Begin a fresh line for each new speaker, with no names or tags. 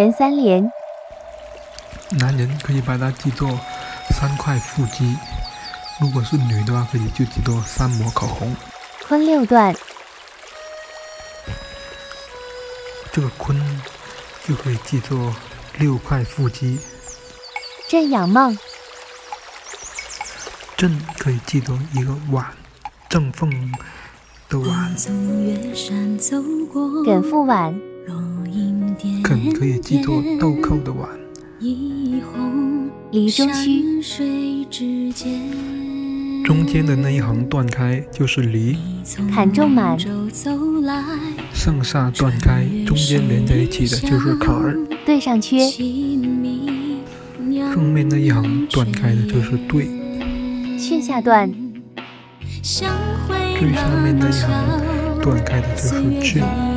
前三连。
男人可以把它记作三块腹肌，如果是女的话，可以就记作三抹口红。
坤六段，
这个坤就可以记作六块腹肌，
朕仰望，
正可以记作一个碗，正凤的碗。
从远山走过，
艮腹碗，
落英点
肯可以记作豆蔻的碗，
一泓
离中虚，
山水之间，
中间的那一行断开就是离，
坎仲满
舟走来，
上下断开，中间连在一起的就是坎儿，
对上缺，
亲密酿
上面那一行断开的就是对，
巽下段，
相会
最上面那一行断开的就是
岁月
郡。
里